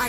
A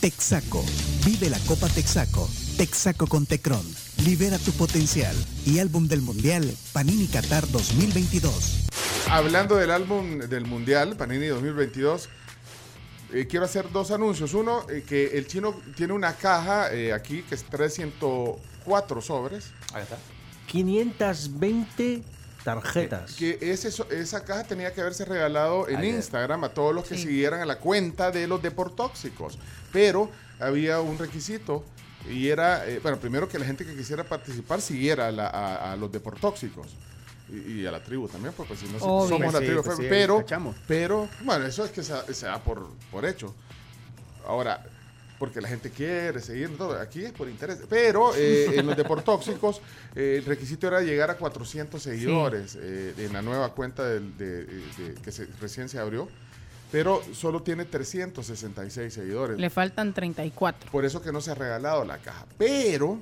Texaco, Vive la Copa Texaco, Texaco con Tecron, Libera tu Potencial y Álbum del Mundial Panini Qatar 2022. Hablando del álbum del Mundial, Panini 2022, eh, quiero hacer dos anuncios. Uno, eh, que el chino tiene una caja eh, aquí que es 304 sobres. Ahí está. 520 tarjetas. Que ese so- esa caja tenía que haberse regalado en Ayer. Instagram a todos los que siguieran a la cuenta de los deportóxicos. Pero había un requisito y era, eh, bueno, primero que la gente que quisiera participar siguiera a, la- a- a los deportóxicos. Y, y a la tribu también, porque si no si- Obvio. somos Pues la sí, tribu. pues sí, pero, cachamos. pero, bueno, eso es que se, se da por, por hecho. Ahora, porque la gente quiere seguir, todo, aquí es por interés. Pero eh, en los deportóxicos, eh, el requisito era llegar a 400 seguidores eh, en la nueva cuenta del- de- de- que se- recién se abrió, pero solo tiene 366 seguidores. Le faltan 34. Por eso que no se ha regalado la caja. Pero,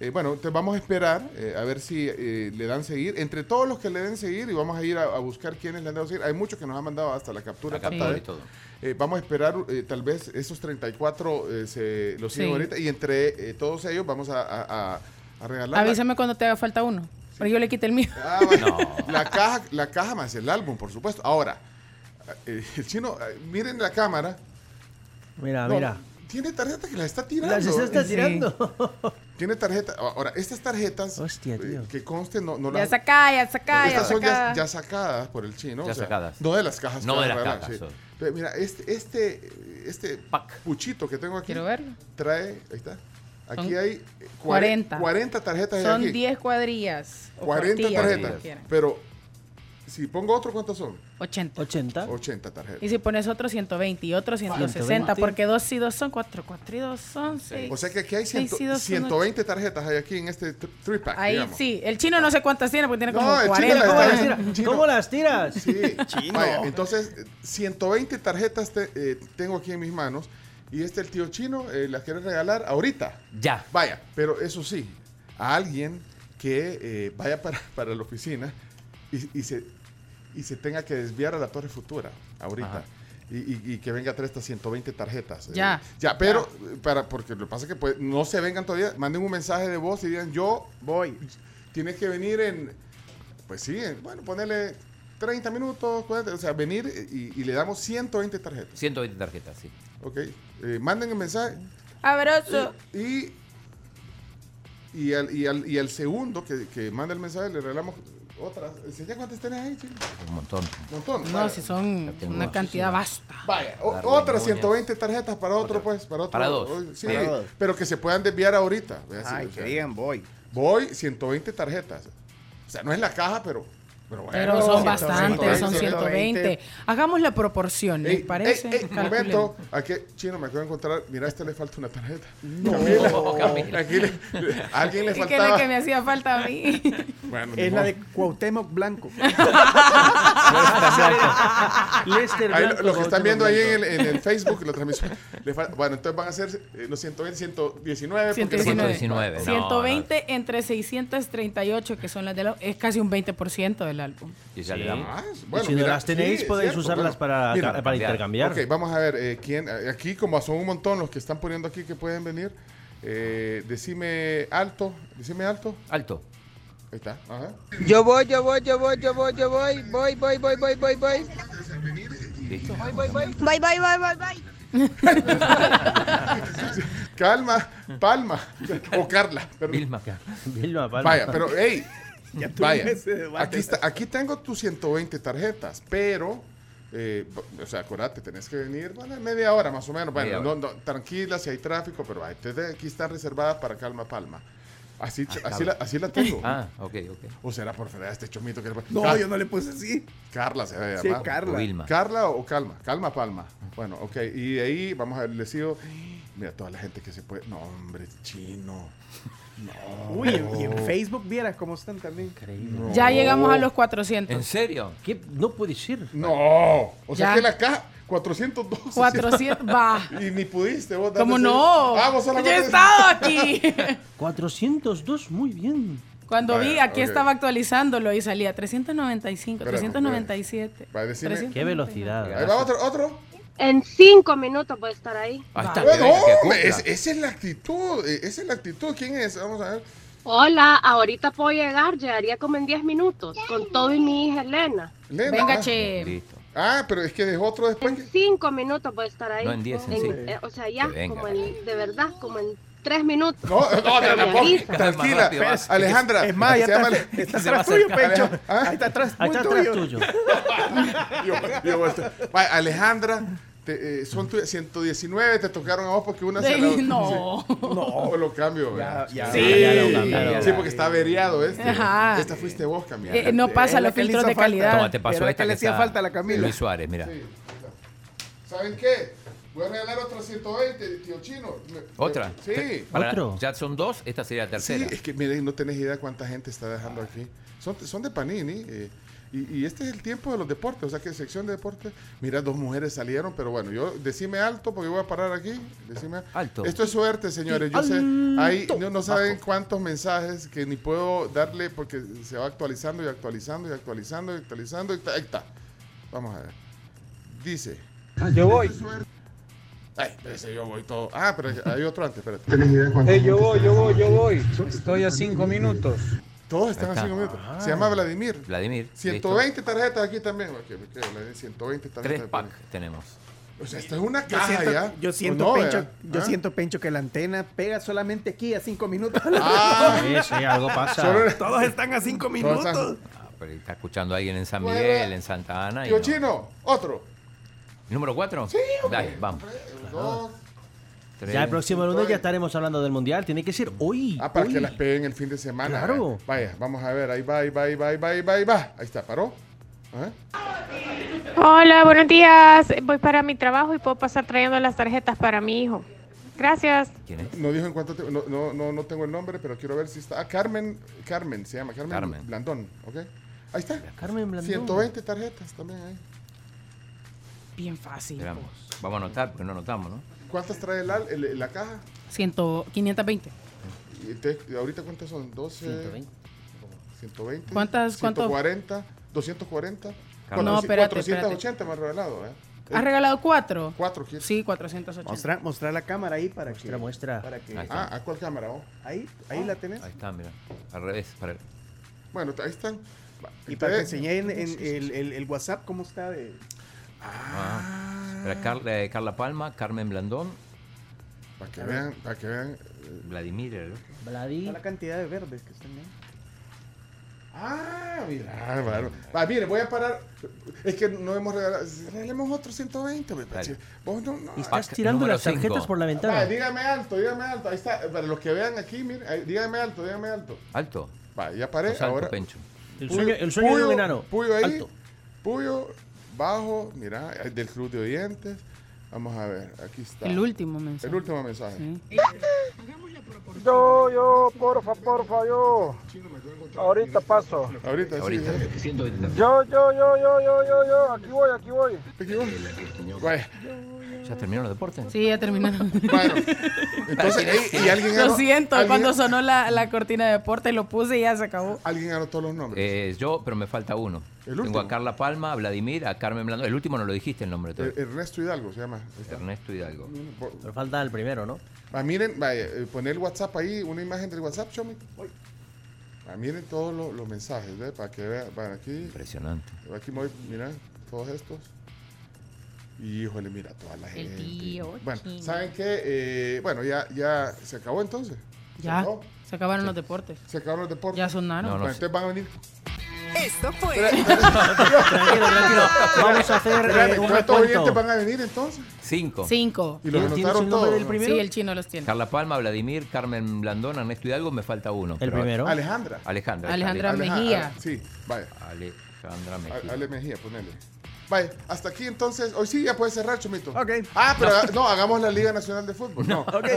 eh, bueno, te vamos a esperar eh, a ver si eh, le dan seguir. Entre todos los que le den seguir, y vamos a ir a, a buscar quiénes le han dado seguir. Hay muchos que nos han mandado hasta la captura. La captura pantalla. y todo. Eh, vamos a esperar, eh, tal vez esos 34 eh, se, los siguen Sí. ahorita. Y entre eh, todos ellos vamos a, a- a- a regalar. la- Avísame cuando te haga falta uno. Pero yo le quité el mío. Ah, bueno. La caja, la caja más el álbum, por supuesto. Ahora, eh, el chino, eh, miren la cámara. Mira, No, Ah, mira. Tiene tarjeta que la está tirando. Las se está Sí. tirando. Tiene tarjeta. Ahora, estas tarjetas Hostia, eh, tío. que consten no, no Ya las. saca, ya saca, ya estas son saca. ya, ya sacadas por el chino. Ya o sea, sacadas. No de las cajas. No que de las regalan, cajas, sí. son. Pero mira, este, este, este Pack. puchito que tengo aquí. Quiero verlo. Trae. Ahí está. Aquí Son hay eh, cuare- 40. 40 tarjetas. Son aquí. 10 cuadrillas. o 40 cuartillas, como tarjetas. quieran. Pero si pongo otro, ¿cuántos son? 80. 80. 80 tarjetas. Y si pones otro 120 y otro 160, 120. porque 2 y 2 son 4, 4 y 2 son 6. O sea que aquí hay Seis y 100 dos son 120 tarjetas hay aquí en este tr- three pack. Ahí digamos. sí, el chino no sé cuántas tiene porque tiene No, como el chino 40. la ¿Cómo está- las bien, cuarenta. tiras? chino. ¿Cómo las tiras? Sí, Vaya, entonces, eh, 120 tarjetas te- eh, tengo aquí en mis manos. Y este, el tío chino, eh, las quiere regalar ahorita. Ya. Vaya, pero eso sí, a alguien que eh, vaya para, para la oficina y, y se, y se tenga que desviar a la Torre Futura ahorita. Ajá. Y, y- y que venga a traer estas 120 tarjetas. eh. Ya. ya, pero, eh, Para, porque lo que pasa es que pues, no se vengan todavía. Manden un mensaje de voz y digan, yo voy. Tienes que venir en, pues sí, eh, bueno, ponerle 30 minutos, 40, o sea, venir eh, y, y le damos 120 tarjetas. 120 tarjetas, sí. Ok, eh, manden el mensaje Abrazo. y, y, al, y, al, y al segundo que, que manda el mensaje le regalamos otras. ¿Se ya cuántas tenés ahí, chino? Un montón. Un montón. No, vaya. si son Ya tengo una una cantidad vasta. Vaya, o- Darle otras moñas. 120 tarjetas para otro, Otra. pues, para otro. Para dos. Sí, Para dos. pero que se puedan desviar ahorita. Así, Ay, o qué sea, bien. Voy. Voy, 120 tarjetas. O sea, no es la caja, pero... Pero, bueno, Pero son 120, bastantes, son 120. 120 Hagamos la proporción, ¿les Ey, parece? ey, ey, Calculemos. momento, aquí, chino, me acabo de encontrar. Mira, a este le falta una tarjeta. Oh, Camila. Aquí le- le- a alguien le Es que la faltaba. que me hacía falta a mí. Bueno, ni Es la modo. de Cuauhtémoc Blanco. Lester Ahí lo- Blanco, los que están Cuauhtémoc viendo ahí en el, Blanco. en el Facebook, la transmisión. le fal- bueno, entonces van a ser eh, los 120, 119. porque le falta- 119. 119, no, 120 entre 638, que son las de la... Es casi un 20% del álbum. Y ya Sí. le damos. Ah, Y si no las tenéis, sí, es podéis cierto, bueno. usarlas para, Mira, para cambiar. intercambiar. Ok, vamos a ver, eh, ¿quién? Aquí, como son un montón los que están poniendo aquí que pueden venir, eh, decime alto, decime alto. Alto. Ahí está, ajá. Yo voy, yo voy, yo voy, yo voy, yo voy, voy, voy, voy, voy, voy, voy. Listo. Voy, voy, voy, voy, voy. Calma, Palma o Carla. perdón. Vilma. Vilma Palma. Vaya, pero hey, vaya. ese debate. Aquí, está, aquí tengo tus 120 tarjetas, pero, eh, o sea, acordate, tenés que venir bueno, media hora más o menos. Bueno, Media hora. no, no, tranquila si hay tráfico, pero ay, te- te- aquí están reservadas para Calma Palma. Así, así, la, así la tengo. Ah, ok, ok. O será por fregar este chomito que le No, Car- yo no le puse así. Carla se debe Sí, llamar. O Carla. Vilma. Carla o Calma, Calma Palma. Bueno, ok, y de ahí vamos a ver, le sigo. Mira, toda la gente que se puede. No, hombre, chino. No. Uy, en- y en Facebook vieras cómo están también. Increíble. No. Ya llegamos a los ¿En 400. serio? ¿Qué? No puede ser. No. O sea Ya. que la caja, 412. 400, va. Y ni pudiste vos. ¿Cómo darle- no? Ah, vos Yo solamente- he estado aquí. 402, muy bien. Cuando vi, Vaya, aquí ok. estaba actualizándolo y salía 395, Espérame, 397. Va, decime. Qué Ahí velocidad. va otro, otro. En cinco minutos voy a estar ahí. Ahí está, que Bueno, venga, que hombre, cumpla. es- esa es la actitud. eh, Esa es la actitud. ¿Quién es? Vamos a ver. Hola, ahorita puedo llegar, llegaría como en 10 minutos, con todo y mi hija Elena. Lena. Venga, che. Listo. Ah, pero es que dejó otro después. En que- cinco minutos voy a estar ahí. No, en 10, en cinco. eh, o sea, ya, Que venga. como en, de verdad, como en tres minutos. No, no, no, no, Me no, avisa. tranquila. Más rápido, vas. Alejandra. Es más, ya se está, llama- está se va a atrás tuyo, acercar. Pecho. Ah. Ahí está atrás, Ahí muy está atrás tuyo. tuyo. Yo- yo voy a estar- Va, Alejandra, te, eh, son tu- 119, te tocaron a vos porque una se Ey, la- No. No, lo cambio. ¿verdad? Ya, ya, sí, ya lo cambiaron. sí, porque está averiado este. Ajá. Esta fuiste vos, Camila. Eh, no pasa Es la los que le filtros hizo de falta. Toma, calidad. te paso Era esta que le hacía está falta a la Camila. Luis Suárez, mira. ¿Saben qué? Voy a regalar otros 120, tío chino. Me- ¿Otra? Sí. Para- ¿Otro? Ya son dos, esta sería la Sí, tercera. es que miren, no tenés idea cuánta gente está dejando aquí. Son, son de Panini. eh, y, y este es el tiempo de los deportes. O sea que sección de deportes. Mira, dos mujeres salieron, pero bueno, yo decime alto porque voy a parar aquí. Decime Alto. Esto es suerte, señores. Yo sé, ahí no, no saben cuántos mensajes que ni puedo darle porque se va actualizando y actualizando y actualizando y actualizando. Y ta- ahí está. Vamos a ver. Dice. Ah, Yo voy. Ay, ese yo voy todo. Ah, pero hay otro antes, espérate. yo voy, yo voy, yo voy. Estoy a cinco minutos. Todos están Ahí a está. cinco minutos. Se llama Vladimir. Ah. Vladimir. listo. 120 tarjetas aquí también. Ok, me quedo, Vladimir, 120 tarjetas. Tres packs tenemos. O sea, esto es una Yo caja siento, ya. yo siento, ¿O no, Pencho, vea? yo ¿Ah? siento, Pencho, que la antena pega solamente aquí a cinco minutos. Ah, Sí, sí, algo pasa. Solo- Todos están a cinco Todos están- minutos. Ah, pero está escuchando a alguien en San Bueno. Miguel, en Santa Ana. y tío no. chino, otro. ¿Número cuatro? Sí, Dale, vamos. Dos. Tres. Ya el próximo lunes ya estaremos hablando del mundial. Tiene que ser hoy. Ah, para hoy. que las peguen el fin de semana. Claro. eh. Vaya, vamos a ver. Ahí va, ahí va, ahí va, ahí va, ahí va, ahí va. Ahí está, paró. ¿Ah? Hola, buenos días. Voy para mi trabajo y puedo pasar trayendo las tarjetas para mi hijo. Gracias. ¿Quién es? No dijo en cuánto tiempo. No, no, no, no tengo el nombre, pero quiero ver si está. Ah, Carmen. Carmen se llama. Carmen, Carmen. Blandón. ¿Ok? Ahí está. Carmen Blandón. 120 tarjetas también ahí. Bien fácil. Esperamos. Vamos a anotar porque no anotamos, ¿no? ¿Cuántas trae el al- el- la caja? 100, 520. Y te- ahorita cuántas son? 12. 120. 120. ¿Cuántas- cuánto? 140, 240. Carlos. No, espérate, Ah, 480 más regalado, ¿eh? ¿Has regalado cuatro? 4 quieres. Sí, 480. Mostrar la cámara ahí para que. Muestra, muestra. Para que Ahí está. Ah, ¿a cuál cámara? vos? ahí, ahí la tenés. Ahí está, mira. Al revés. para- Bueno, ahí están. Va, Y para que entonces- enseñé en, en el, el- el WhatsApp cómo está de. Ah. Espera, Car- eh, Carla Palma, Carmen Blandón, Para que vean, para que vean. eh, Vladimir. el otro. Vladí. está la cantidad de verdes que están ahí. Ah, mira, bárbaro. Va, mire, voy a parar. Es que no hemos regalado. Regalemos otros 120, me parece. pues, Vos no, no. Estás Pack tirando número las tarjetas cinco. por la Va, ventana. dígame alto, dígame alto. Ahí está. Para los que vean aquí, mire, ahí, dígame alto, dígame alto. Alto. Va, ya paré. Sos alto, Eh, ahora. Pencho. El sueño, el sueño de un enano. Puyo ahí. Alto. Puyo, bajo, mira, del club de oyentes. Vamos a ver, aquí está. El último mensaje. El último mensaje. Sí. Yo, yo, porfa, porfa, yo. Ahorita paso. Ahorita, Ahorita. sí. eh. Yo, yo, yo, yo, yo, yo, yo. Aquí voy, aquí voy. ¿eh? Vaya, ¿Ya terminaron los deportes? Sí, ya terminaron. bueno. Entonces, ey, y alguien Lo anotó- siento, alguien- cuando sonó la, la cortina de deporte lo puse y ya se acabó. Alguien anotó los nombres. Eh, yo, pero me falta uno. El Tengo último. a Carla Palma, a Vladimir, a Carmen Blandón. El último no lo dijiste el nombre Eh, todavía. Ernesto Hidalgo se llama. Ahí está. Ernesto Hidalgo. Pero falta el primero, ¿no? Ah, miren, vaya, eh, poner el WhatsApp ahí, una imagen del WhatsApp, Chomi. Ah, miren todos los, los mensajes, ¿ve? Para que vean, van aquí. Impresionante. Aquí me voy, mira, todos estos. Y híjole, mira, toda la gente. tío, Bueno, chino. ¿saben qué? Eh, bueno, ya, ya se acabó entonces. Se Ya, acabó. se acabaron los deportes. Se acabaron los deportes. Ya sonaron. No, no. Bueno, entonces van a venir. Esto fue Tranquilo, tranquilo. Vamos a hacer Espérame, eh, un todos estos oyentes recuento. van a venir entonces. Cinco. Cinco. Y los ¿Tienes el anotaron nombre todos. del primero? Sí, el chino los tiene. Carla Palma, Vladimir, Carmen Blandón, Ernesto Hidalgo. Me falta uno. El pero- primero. Alejandra. Alejandra. Alejandra Aleja- Mejía. Ale- sí, vaya. Alejandra A- Mejía. Ale Mejía, ponele. Vaya, hasta aquí entonces. Hoy sí ya puedes cerrar, Chomito. Ok. Ah, pero ha- no, hagamos la Liga Nacional de Fútbol. No. Ok.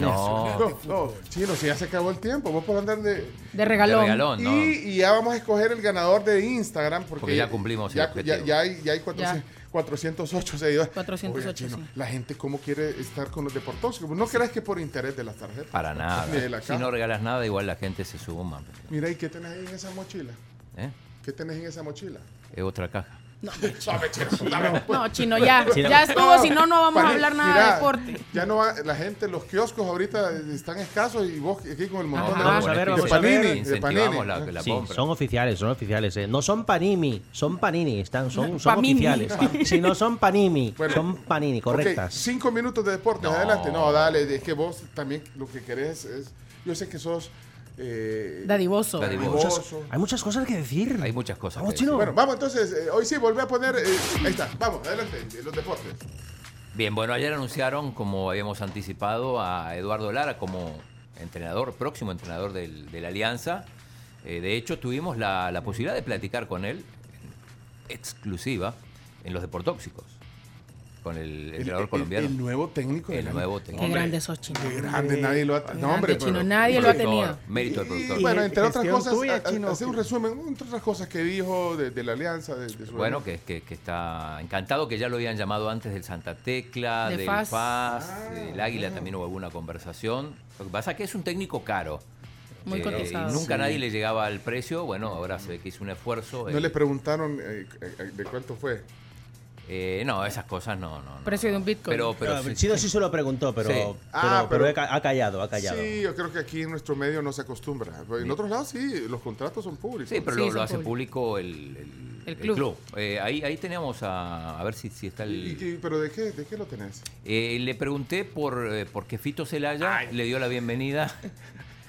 No. No, no, chino, si ya se acabó el tiempo, vos por andar de... De regalón. De regalón, no. Y, y ya vamos a escoger el ganador de Instagram porque, Porque ya cumplimos el ya, objetivo. ya- ya hay, ya hay 400 408 seguidores. 408, Oiga, chino, sí. La gente cómo quiere estar con los deportes. ¿No crees que por interés de las tarjetas? Para nada. Ni de la Si caja. no regalas nada, igual la gente se suma. Mira, ¿y qué tenés ahí en esa mochila? ¿eh? ¿Qué tenés en esa mochila? Es otra caja. Ah, Suave, chino, dame, pues. No, chino, ya. Chino. Ya estuvo, si no, no vamos a Pare- hablar nada mira, de deporte. Ya no va, la gente, los kioscos ahorita están escasos y vos aquí con el montón Ajá. de Vamos a ver, de vamos a panini, ver. de Incentivamos panini. Ah. la, la Sí, compra. son oficiales, son oficiales. eh. No son Panini, son Panini, están, son, son Pamini. oficiales. Si no son Panini, Bueno. son Panini, Ok, correctas. cinco minutos de deportes, No. adelante. No, dale, es que vos también lo que querés es. Yo sé que sos. Eh, Dadivoso. Dadivoso. Hay muchas, hay muchas cosas que decir. Hay muchas cosas Vamos, que chino. Bueno, vamos entonces. eh, hoy sí, volví a poner. eh, ahí está, vamos, adelante, de los deportes. Bien, bueno, ayer anunciaron, como habíamos anticipado, a Eduardo Lara como entrenador, próximo entrenador del- de la Alianza. Eh, de hecho, tuvimos la, la posibilidad de platicar con él, en exclusiva, en los deportóxicos, con el entrenador colombiano. el nuevo técnico. El de la- nuevo Qué técnico. grande sos, chino. Qué grande, nadie lo ha. Grande, No, hombre, chino, pero- nadie lo ha tenido. Mérito del Y, productor. bueno, entre Y otras gestión cosas, tuya, a- a- Chino. hacer un resumen, entre otras cosas que dijo de, de la alianza, de, de su Bueno, que, que- que está encantado, que ya lo habían llamado antes del Santa Tecla, De del Faz. Paz, del Águila también hubo alguna conversación. Lo que pasa es que es un técnico caro. Muy cotizado. y Nunca nadie le llegaba al precio. Bueno, ahora se ve que hizo un esfuerzo. No Eh, le preguntaron eh, eh, de cuánto fue. eh, no, esas cosas no, no, no. Precio de un Bitcoin. Pero, pero Ah, sí, Chino sí se lo preguntó, pero, Sí. pero, Ah, pero pero- he ca- ha callado, ha callado. Sí, yo creo que aquí en nuestro medio no se acostumbra. Pero En otros lados sí, los contratos son públicos. sí, pero Sí, lo, son lo hace públicos. público el, el- El el club. club. Eh, ahí, ahí teníamos a, a ver si, si está ¿Y- el... y- ¿Pero de qué, de qué lo tenés? Eh, le pregunté por, eh, por qué Fito Celaya le dio la bienvenida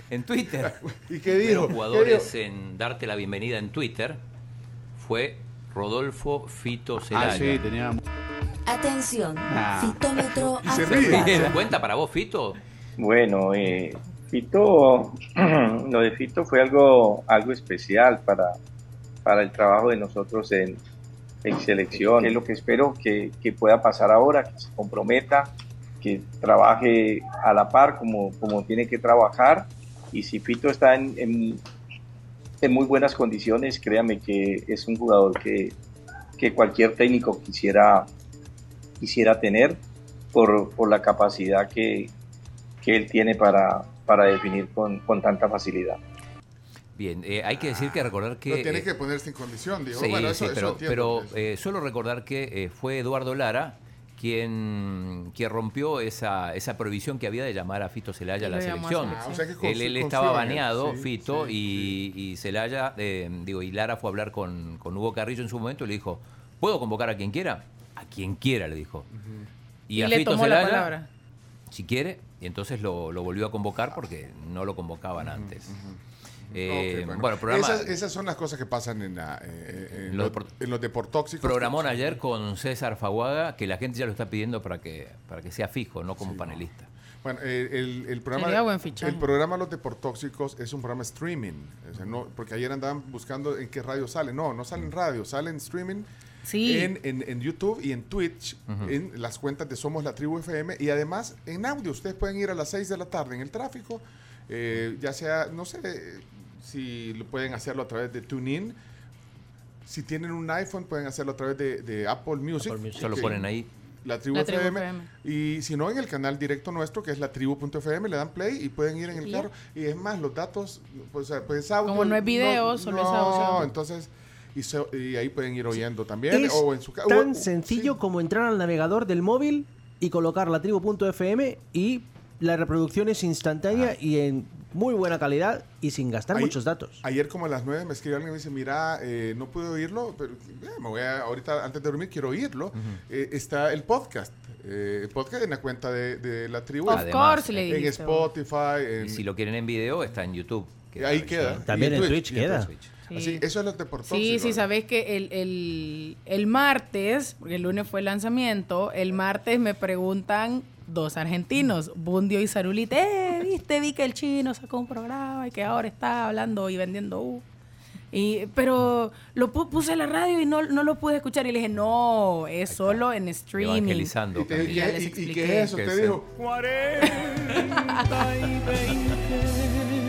en Twitter. ¿Y qué dijo? Pero jugadores en darte la bienvenida en Twitter fue Rodolfo Fito Ah, Celaya. teníamos. Atención, fitómetro Y se activado. ríe. ¿Cuenta para vos, Fito? Bueno, eh, Fito, lo de Fito fue algo, algo especial para, para el trabajo de nosotros en, en selección. Es lo que espero que, que pueda pasar ahora, que se comprometa, que trabaje a la par como, como tiene que trabajar. Y si Fito está en, en- en muy buenas condiciones, créame que es un jugador que, que cualquier técnico quisiera, quisiera tener por, por la capacidad que, que él tiene para, para definir con, con tanta facilidad. Bien, eh, hay que decir que recordar que... lo tienes eh, que poner sin condición, dijo. sí, bueno, eso, sí, eso pero, entiendo. pero, eh, solo recordar que eh, fue Eduardo Lara quien, quien rompió esa, esa prohibición que había de llamar a Fito Celaya a la Lo llamó a selección. selección. Ah, o sea que con- Él, él con estaba Fiorentina, baneado, sí, Fito, sí, y, y Celaya, eh, digo, y Lara fue a hablar con, con Hugo Carrillo en su momento y le dijo, ¿puedo convocar a quien quiera? A quien quiera, le dijo. Y le tomó la palabra. si quiere, y entonces lo, lo volvió a convocar porque no lo convocaban antes. Eh, Ok, bueno, programa, esas, esas son las cosas que pasan en, la- eh, eh, en Los los, depor- en los deportóxicos. programón ayer con César Faguaga, que la gente ya lo está pidiendo para que, para que sea fijo, no como panelista. Bueno, eh, el, el programa. Sería buen fichaje. El programa Los Deportóxicos es un programa streaming. O sea, no, porque ayer andaban buscando en qué radio sale. No, no Mm. sale en radio, sale en streaming. Sí. En, en- en YouTube y en Twitch, en las cuentas de Somos la Tribu FM y además en audio. Ustedes pueden ir a las 6 de la tarde en el tráfico, eh, ya sea, no sé eh, si lo pueden hacerlo a través de TuneIn. Si tienen un iPhone, pueden hacerlo a través de, de Apple Music. Apple Music. Solo que- ponen ahí. la tribu, La Tribu FM, FM. Y si no, en el canal directo nuestro, que es la tribu.fm, le dan play y pueden ir en el ¿Y ya? carro. Y es más, los datos, pues, o sea, pues, audio, Como no es video, solo es audio. entonces, y, so- y ahí pueden ir oyendo también. Es o en su ca- o- tan o- sencillo sí. como entrar al navegador del móvil y colocar la tribu.fm y la reproducción es instantánea y en muy buena calidad y sin gastar Ah. Ahí- muchos datos. Ayer como a las 9 me escribió alguien y me dice, mira, eh, no pude oírlo, pero eh, me voy a, ahorita antes de dormir quiero oírlo. Eh, está el podcast, eh, el podcast en la cuenta de, de la tribu, Of Además, course, le en dijiste. Spotify, Y en, si lo quieren en video, está en YouTube. ahí queda. También y en Twitch, y en queda. Twitch. Sí. Así, eso es lo de por Sí, sí, sabes que el, el, el martes, porque el lunes fue el lanzamiento, el martes me preguntan dos argentinos, Bundio y Zarulita, eh, viste, vi que el chino sacó un programa y que ahora está hablando y vendiendo U. Y, pero lo pu- puse en la radio y no, no lo pude escuchar. Y le dije, no, es solo en streaming. Evangelizando. ¿Y Ya qué, les y- y, expliqué. qué es eso? Que Te se- dijo.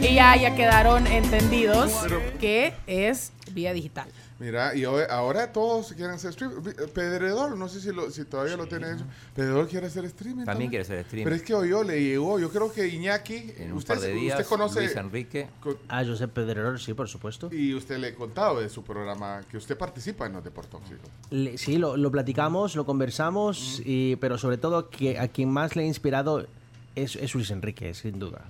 Y ya, ya quedaron entendidos que es vía digital. Mira, y hoy- ahora todos quieren hacer streaming. Vi- eh, Pedredor, no sé si, lo- si todavía lo tiene hecho. Pedredor quiere hacer streaming. También quiere hacer streaming. Pero es que hoy yo le llegó, yo creo que Iñaki, En un usted, par de usted días, conoce Luis Enrique. Ah, Josep Pedrerol, sí, por supuesto. y usted le he contado de su programa que usted participa en los deportóxicos. Le- sí, lo, lo platicamos, lo conversamos, y, pero sobre todo que a quien más le ha inspirado es, es Luis Enrique, sin duda.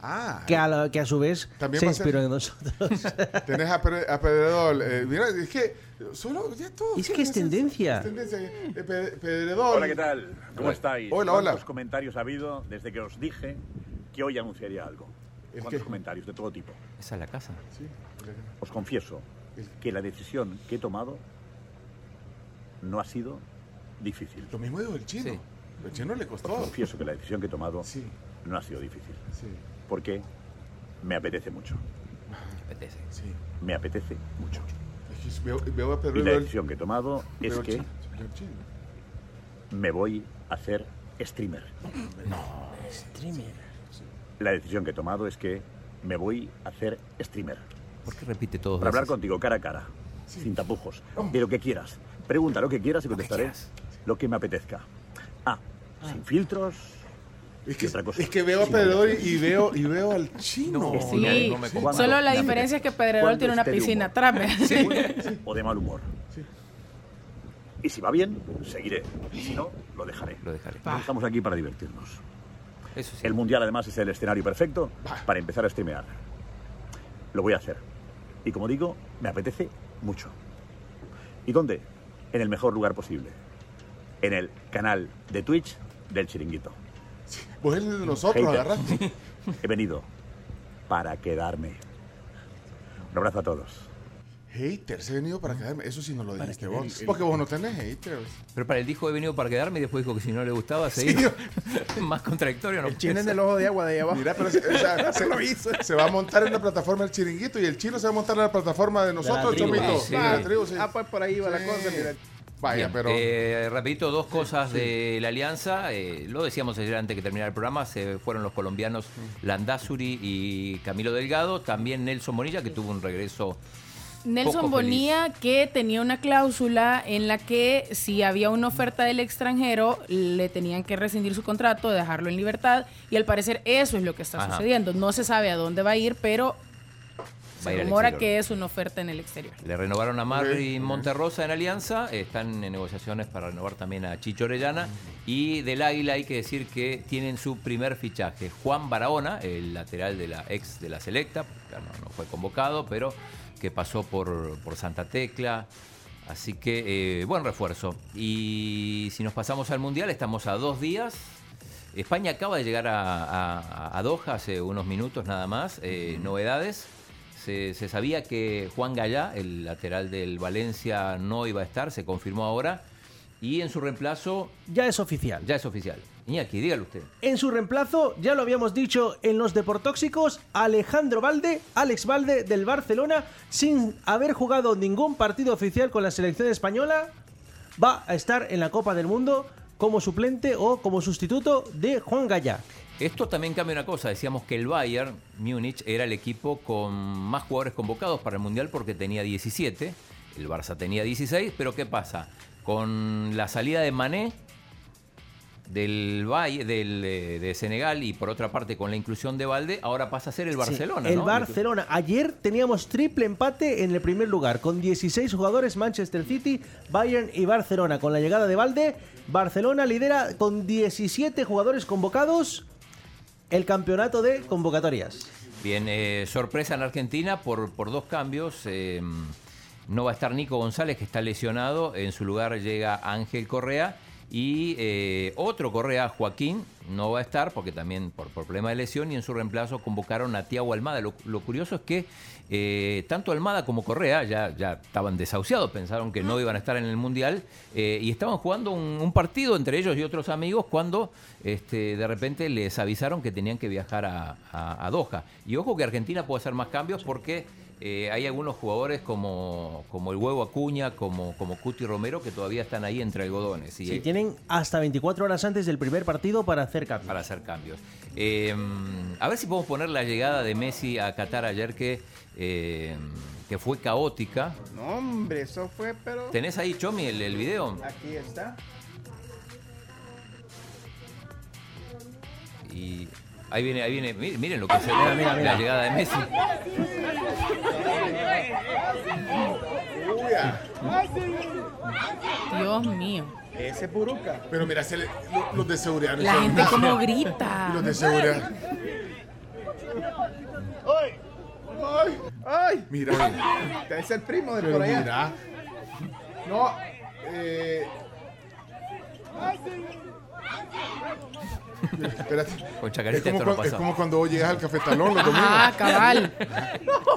Ah, Que a, la- que a su vez También se va a ser- inspiró en nosotros. tenés a, Pedre- a Pedredor. eh, mira, es que solo ya todos. es que quieren es hacer- tendencia. es tendencia. Eh, Pe- Pedredor. Hola, ¿qué tal? ¿Cómo estáis? Hola, hola. ¿Cuántos comentarios ha habido desde que os dije que hoy anunciaría algo? ¿Cuántos comentarios de todo tipo? Esa es la casa. Os confieso que la decisión que he tomado no ha sido difícil. Lo mismo digo el chino. El chino le costó. Os confieso que la decisión que he tomado no ha sido difícil. Porque me apetece mucho. Me apetece. Me apetece mucho. Es que Veo, veo a Y la Pedredor. decisión que he tomado es veo al que chino, veo al chino. me voy a hacer streamer. La decisión que he tomado es que me voy a hacer streamer. ¿Por qué repite todo? Para hablar contigo cara a cara, sin tapujos, de lo que quieras. Pregunta lo que quieras y contestaré lo que, me apetezca. Ah, sin filtros. Es que, otra cosa. Es que veo a Sin Pedredor apetezco. y veo, y veo al chino. No, No, Sí, no me cuando- solo la me diferencia es que Pedrerol Cuando tiene una esté de piscina humor. atrás. ¿ve? O de mal humor. Y si va bien, seguiré. Y si no, lo dejaré. Lo dejaré. Estamos aquí para divertirnos. Eso El mundial además es el escenario perfecto para empezar a streamear. Lo voy a hacer. Y como digo, me apetece mucho. ¿Y dónde? En el mejor lugar posible. En el canal de Twitch del Chiringuito. Vos eres de nosotros, Hater. agarraste. He venido para quedarme. Un abrazo a todos. Haters, he venido para quedarme. Eso sí no lo dijiste vos. quedarme. Porque vos no tenés haters. Pero para él dijo he venido para quedarme y después dijo que si no le gustaba se iba. Más contradictorio, ¿no? El chino en el ojo de agua de ahí abajo. Mira, pero se, o sea, se- Lo hizo. se va a montar en la plataforma del chiringuito y el chino se va a montar en la plataforma de nosotros, tribu. Chomito. Ah, sí. Ah, la tribu, sí. Ah, pues por ahí va la cosa, mira. Vaya, Bien, pero. eh, rapidito, dos cosas de la alianza. Eh, lo decíamos ayer antes que terminara el programa. Se fueron los colombianos Mm. Landazuri y Camilo Delgado. También Nelson Bonilla, que tuvo un regreso. Nelson poco feliz. Bonilla que tenía una cláusula en la que si había una oferta del extranjero le tenían que rescindir su contrato, dejarlo en libertad y al parecer eso es lo que está Ajá. sucediendo. No se sabe a dónde va a ir, pero Va a ir se al rumora exterior. que es una oferta en el exterior. Le renovaron a Marvin Monterrosa en Alianza, están en negociaciones para renovar también a Chicho Orellana. Y del Águila hay que decir que tienen su primer fichaje. Juan Barahona, el lateral de la ex de la selecta, ya no, no fue convocado, pero que pasó por, por Santa Tecla. Así que eh, buen refuerzo. Y si nos pasamos al Mundial, estamos a dos días España acaba de llegar a, a- a Doha hace unos minutos nada más. Eh, Novedades. Se, se sabía que Juan Gallá, el lateral del Valencia, no iba a estar, se confirmó ahora. Y en su reemplazo ya es oficial. ya es oficial. Iñaki, dígalo usted. En su reemplazo, ya lo habíamos dicho en los deportóxicos, Alejandro Valde, Alex Valde del Barcelona, sin haber jugado ningún partido oficial con la selección española, va a estar en la Copa del Mundo como suplente o como sustituto de Juan Gallá. Esto también cambia una cosa. Decíamos que el Bayern Múnich era el equipo con más jugadores convocados para el Mundial porque tenía 17. El Barça tenía 16. Pero ¿qué pasa? Con la salida de Mané del, Bay- del, eh, de Senegal y por otra parte con la inclusión de Valde, ahora pasa a ser el Barcelona. Sí, el ¿no? Barcelona. Ayer teníamos triple empate en el primer lugar, con 16 jugadores Manchester City, Bayern y Barcelona. Con la llegada de Valde, Barcelona lidera con 17 jugadores convocados el campeonato de convocatorias. Bien, eh, sorpresa en la Argentina por, por dos cambios. Eh, no va a estar Nico González, que está lesionado. En su lugar llega Ángel Correa. Y eh, otro Correa, Joaquín, no va a estar porque también por, por problema de lesión. Y en su reemplazo convocaron a Tiago Almada. Lo, lo curioso es que eh, tanto Almada como Correa ya, ya estaban desahuciados, pensaron que no iban a estar en el Mundial. eh, y estaban jugando un, un partido entre ellos y otros amigos cuando este, de repente les avisaron que tenían que viajar a, a- a Doha. Y ojo que Argentina puede hacer más cambios porque eh, hay algunos jugadores como, como el Huevo Acuña, como, como Cuti Romero, que todavía están ahí entre algodones. Y, Sí, tienen hasta 24 horas antes del primer partido para hacer cambios. Para hacer cambios. Eh, a ver si podemos poner la llegada de Messi a Qatar ayer, que, eh, que fue caótica. No, hombre, eso fue, pero. ¿Tenés ahí, Chomi, el, el video? Aquí está. Y ahí viene, ahí viene, miren, miren lo que se ve la llegada de Messi. Dios mío. Ese es Buruca. Pero mira, se le- lo- los de seguridad. La son- gente como grita. Y los de seguridad. ¡Ay! ¡Ay! ¡Ay! Mira. Es el primo de Pero por allá. mira. No, eh. Espérate. Con Es chacarita como, esto no Ah, cuando, es pasó. como cuando vos llegas al cafetalón los domingos. Ajá, cabal.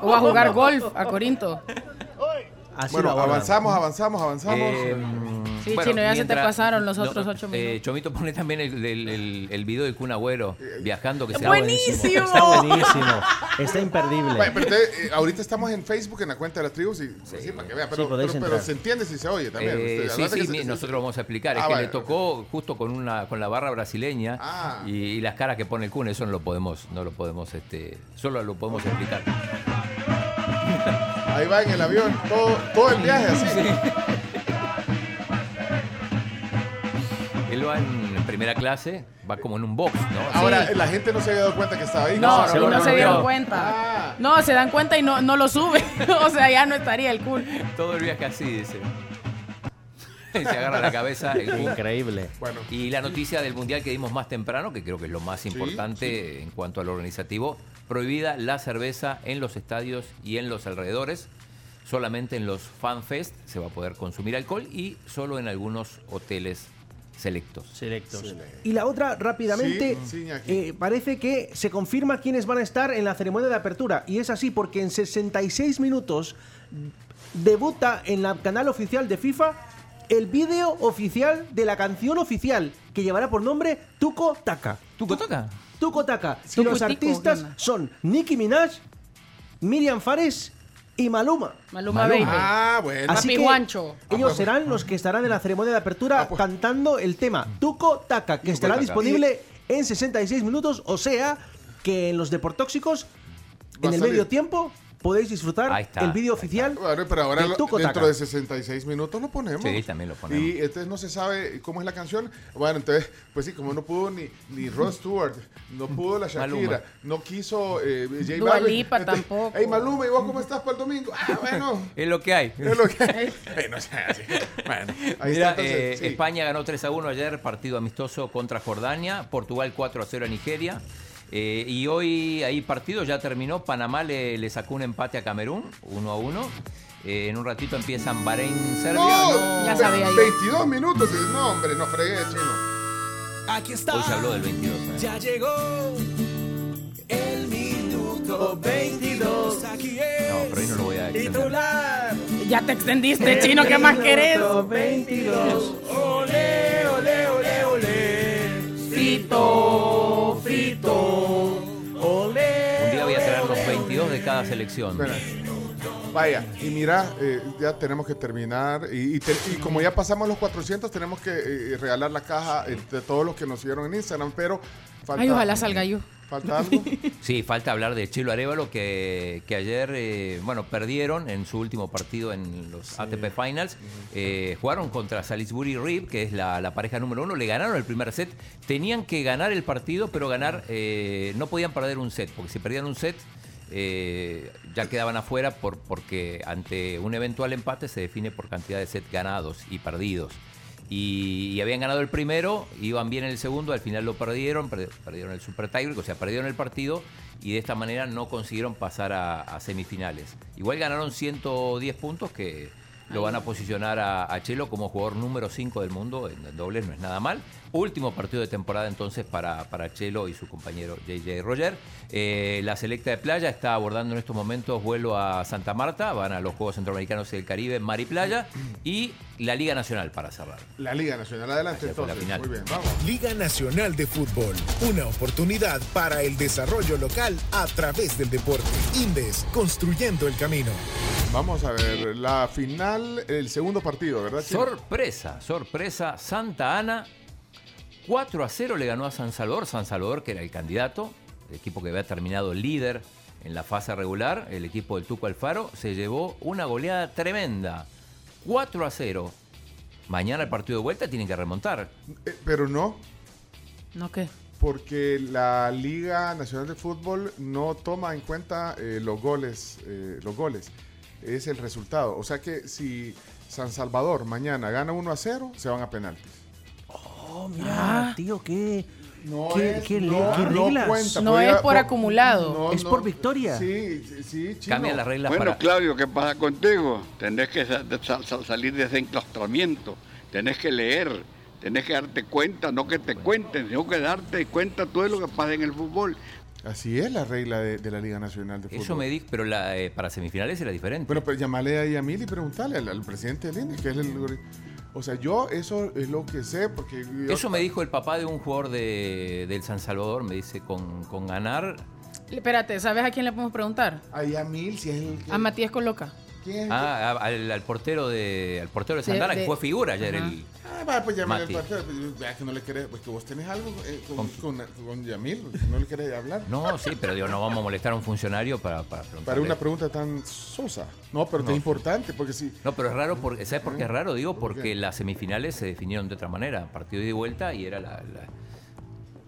O a jugar golf a Corinto. bueno, lo abordan. avanzamos, avanzamos, avanzamos. Eh, Sí, Chino, ya se te pasaron los otros ocho eh, Chomito pone también el, el- el- el video del Kun Agüero viajando. eh, Que se ¡Buenísimo! Está buenísimo. Está imperdible. Bueno, pero te- eh, ahorita estamos en Facebook, en la cuenta de las tribus, y pues, sí, para que vean. Pero, podéis pero- pero entrar. se entiende si se oye también. Eh, Usted, sí, acuérdate sí, que se- mi- se- nosotros lo vamos a explicar. es Ah, que vale. le tocó justo con una con la barra brasileña Ah. y, y las caras que pone el Kun, eso no lo podemos, no lo podemos, este, solo lo podemos explicar. Ahí va en el avión, todo, todo el viaje así. Él va en primera clase, va como en un box, ¿no? Ahora, la gente no se había dado cuenta que estaba ahí. No, No, seguro no se no. dieron Ah. cuenta. No, se dan cuenta y no, no lo suben. O sea, ya no estaría el cool. Todo el viaje así, dice. se agarra la cabeza. el Kun. Increíble. Y la noticia del mundial que dimos más temprano, que creo que es lo más importante en cuanto al organizativo, prohibida la cerveza en los estadios y en los alrededores. Solamente en los fanfest se va a poder consumir alcohol y solo en algunos hoteles selectos. Selectos. Y la otra, rápidamente, Sí, sí, Iñaki. eh, parece que se confirma quiénes van a estar en la ceremonia de apertura. Y es así porque en 66 minutos debuta en el canal oficial de FIFA el vídeo oficial de la canción oficial que llevará por nombre Tuco Taka. ¿Tuco Taka? Tuco Taka. Sí, Y los Tuco Tico, artistas Diana. son Nicki Minaj, Miriam Fares y Maluma. Maluma Baby. Ah, bueno. Así Papi que- Guancho. Ellos serán los que estarán en la ceremonia de apertura cantando el tema Tuco Taca, que estará Taka. disponible en 66 minutos, o sea que en los deportóxicos, Va en a el salir. medio tiempo, podéis disfrutar Ahí está, el vídeo ahí oficial. Bueno, pero ahora de lo- Tuco dentro Taka. de 66 minutos lo ponemos. Sí, también lo ponemos. Y entonces no se sabe cómo es la canción. Bueno, entonces, pues sí, como no pudo ni, ni Rod Stewart, no pudo la Shakira, Maluma. no quiso eh, J Dua Balvin, Lipa entonces, tampoco. Hey, Maluma, ¿y vos cómo estás para el domingo? Ah, bueno. Es lo que hay. es lo que... Ey, no sea así. Bueno, ahí Mira, está, entonces, eh, sí. España ganó 3 a 1 ayer, partido amistoso contra Jordania, Portugal 4 a 0 a Nigeria. eh, y hoy ahí partido ya terminó, Panamá le, le sacó un empate a Camerún, 1 a 1. Eh, en un ratito empiezan Bahrein, Serbia. No, Ya sabía yo. 22 minutos. No, hombre, no fregué, chino. Aquí está. Hoy se habló del 22. ¿eh? Ya llegó el minuto 22. Aquí es. No, pero hoy no lo voy a extender. Titular. Ya te extendiste, Chino, ¿qué más querés? 22. Ole, ole, ole, ole. Fito, frito. Ole. Un día voy a traer los 22 de cada selección. Espera. Vaya, y mira, eh, ya tenemos que terminar. Y, y te- y como ya pasamos los 400, tenemos que eh, regalar la caja eh, de todos los que nos siguieron en Instagram. Pero falta, Ay, ojalá salga yo. falta algo. Sí, falta hablar de Chilo Arevalo, que, que ayer, eh, bueno, perdieron en su último partido en los ATP Finals. Eh, jugaron contra Salisbury Reeve, que es la, la pareja número uno. Le ganaron el primer set. Tenían que ganar el partido, pero ganar eh, no podían perder un set, porque si perdían un set, eh, ya quedaban afuera por, porque ante un eventual empate se define por cantidad de sets ganados y perdidos. Y, y habían ganado el primero, iban bien en el segundo, al final lo perdieron, per- perdieron el Super Tiebreak, o sea, perdieron el partido y de esta manera no consiguieron pasar a, a semifinales. Igual ganaron 110 puntos, que Lo van a posicionar a, a Chelo como jugador número 5 del mundo. En, en dobles no es nada mal. Último partido de temporada entonces para, para Chelo y su compañero JJ Roger. Eh, la selecta de playa está abordando en estos momentos vuelo a Santa Marta. Van a los Juegos Centroamericanos y del Caribe en Mar y Playa. Y la Liga Nacional para cerrar. La Liga Nacional, adelante Ayer fue la entonces. final. Muy bien, vamos. Liga Nacional de Fútbol, una oportunidad para el desarrollo local a través del deporte. Indes, construyendo el camino. Vamos a ver, la final, el segundo partido, ¿verdad? Chino? Sorpresa, sorpresa. Santa Ana 4 a 0 le ganó a San Salvador. San Salvador, que era el candidato, el equipo que había terminado líder en la fase regular, el equipo del Tuco Alfaro, se llevó una goleada tremenda. 4 a 0. Mañana el partido de vuelta tienen que remontar. Eh, pero no, ¿No qué? porque la Liga Nacional de Fútbol no toma en cuenta eh, los goles, eh, los goles. Es el resultado. O sea que si San Salvador mañana gana 1 a 0, se van a penaltis. Oh, Ah. mira, tío, qué. qué, es- qué le- no, qué no reglas. cuenta, No podía- es por po- acumulado. no, es no. por victoria. Sí, sí, Cambian las reglas Bueno, para. Claudio, ¿qué pasa contigo? Tenés que sa- de- sa- sa- salir de ese enclaustramiento, tenés que leer, tenés que darte cuenta, no que te cuenten, sino que darte cuenta todo lo que pasa en el fútbol. Así es la regla de, de la Liga Nacional de Fútbol. Eso me dijo, pero la, eh, para semifinales era diferente. Bueno, pero llamale ahí a Mil y preguntarle al, al presidente del INE, que es el... O sea, yo eso es lo que sé, porque... yo- Eso me dijo el papá de un jugador de, del San Salvador, me dice, con, con ganar. Espérate, ¿sabes a quién le podemos preguntar? A Yamil, si es el... A Matías Coloca. Ah, a- al, al portero de. Al portero de De- Santana, de- que fue figura ayer Ajá. el. Ah, va, pues llámale Mati. al partido. pues, Vea que no le querés... Pues que vos tenés algo eh, con, con- con Yamil, pues, no le querés hablar. No, sí, pero digo, no vamos a molestar a un funcionario para, para preguntarle. Para una pregunta tan sosa. No, pero No. es importante, porque si... No, pero es raro, porque, ¿sabes por qué es raro? Digo, porque las semifinales se definieron de otra manera, partido de vuelta y era la...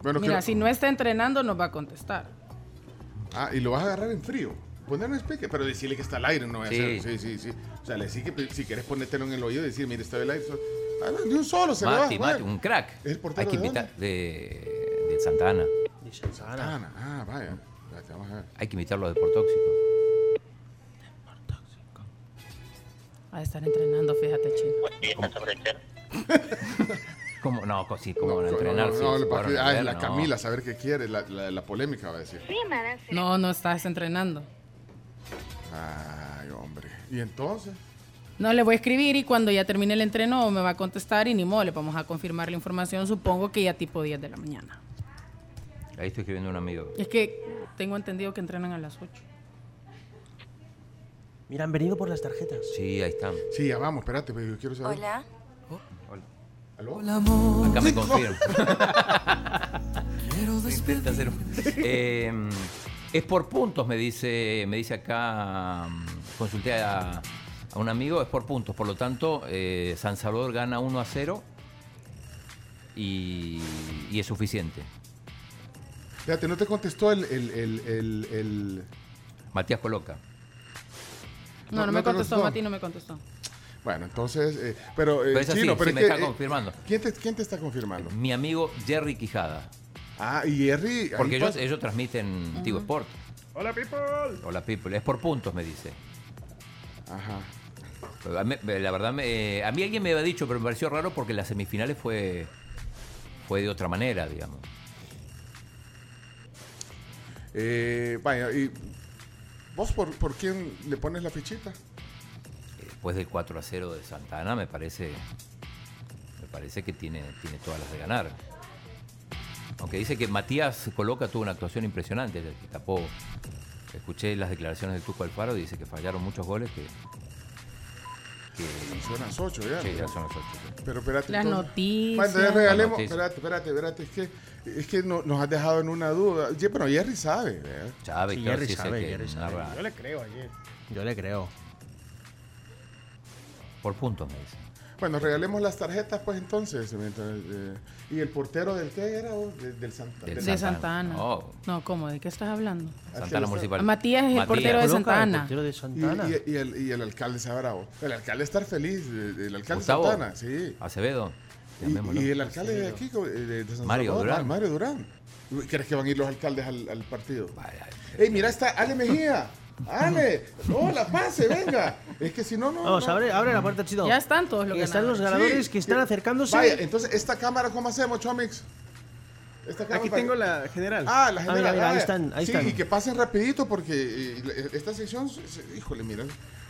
la- Mira, si no está entrenando, nos va a contestar. Ah, y lo vas a agarrar en frío. Poner un speaker, pero decirle que está al aire, no voy a Sí. hacer. Sí, sí, sí. O sea, le sí que pues, si querés ponértelo en el oído y decir, mire, está al aire. so- Ah, no, De un solo se lo va a Mati, jugar. Mati, un crack. ¿Es el Hay portero que de invitar de, de Santa Ana. Santana. Ah, vaya. Espérate, Vamos a ver. Hay que invitarlo de Portóxico. A estar entrenando, fíjate, chino. ¿Cómo? No, co- sí, ¿cómo van a No, entrenar? no, Sí, no, sí, le- van a porque- ah, entrenar, la no. Camila, saber qué quiere, la, la- la polémica va a decir. No, no estás entrenando. Ay, hombre. ¿Y entonces? No, le voy a escribir y cuando ya termine el entreno me va a contestar y ni modo, le vamos a confirmar la información, supongo que ya tipo 10 de la mañana. Ahí estoy escribiendo a un amigo. Es que tengo entendido que entrenan a las 8. Mira, han venido por las tarjetas. Sí, ahí están. Sí, ya vamos, espérate, pero yo quiero saber. Oh, Hola. ¿Aló? Hola, amor. Acá me confirmo. Quiero Intenta hacer un- despedirme. Eh, es por puntos, me dice, me dice acá. mm, Consulté a, a un amigo, es por puntos. Por lo tanto, eh, San Salvador gana 1 a 0 y, y es suficiente. Fíjate, no te contestó el. el, el, el, el- Matías Coloca. No, No, no, no me te contestó, contestó. Mati no me contestó. Bueno, entonces. eh, pero, eh, Pero es así, Chino, pero sí, es me que, está eh, confirmando. ¿quién, te, quién te está confirmando? Mi amigo Jerry Quijada. Ah, y Jerry. ahí Porque ellos, pasa- ellos transmiten Tigo Sport. Hola, people. Hola, people. Es por puntos, me dice. Ajá. A mí- La verdad, me- a mí alguien me había dicho, pero me pareció raro porque las semifinales fue, fue de otra manera, digamos. Eh, vaya, ¿y vos por, por quién le pones la fichita? Eh, Después del 4 a 0 de Santana, me parece, me parece que tiene, tiene todas las de ganar. Aunque dice que Matías Coloca tuvo una actuación impresionante, ayer, que tapó. Escuché las declaraciones del Tuco Alfaro y dice que fallaron muchos goles que. que Son las 8 ya. Sí, ya son las 8. Pero espérate. Las entonces- noticias. Bueno, entonces regalemos. Las noticias. Espérate, espérate, espérate. Es que, es que no- nos has dejado en una duda. Ye- Bueno, Jerry sabe. ¿verdad? Sabe, Sí, claro, Jerry sí, sé sabe, que Jerry sabe. narra Yo le creo ayer. Yo le creo. Por puntos, me dice. Bueno, regalemos las tarjetas, pues entonces. mientras, eh, ¿Y el portero del qué era? vos? De- del Santa. Del De Santa Ana. No. No, ¿cómo? ¿De qué estás hablando? Santa Ana Municipal. Matías es el portero de Santa Coloca, el Ana. portero de Y, eh, Santa Ana. y- y el, y el alcalde sabrá. vos. El alcalde estar feliz. El, el alcalde Gustavo de Santa Ana, sí. Acevedo. Y, llamémoslo. y el alcalde de aquí, co- eh, de, de San Mario Salvador, Durán. ah, Mario Durán. ¿Crees que van a ir los alcaldes al, al partido? ¡Ey, mira, está Ale Mejía! Ale, no, la pase, venga. Es que si no, no. Vamos, no. abre, abre la puerta, Chino. Ya están todos los que Están los ganadores. ganadores Sí. que están acercándose. Vaya, entonces, ¿esta cámara cómo hacemos, Chomix? Esta Aquí para- tengo la general. Ah, la general. mira, mira, ahí ya. están, ahí sí, están. y que pasen rapidito porque eh, esta sección, se- se- híjole, mira.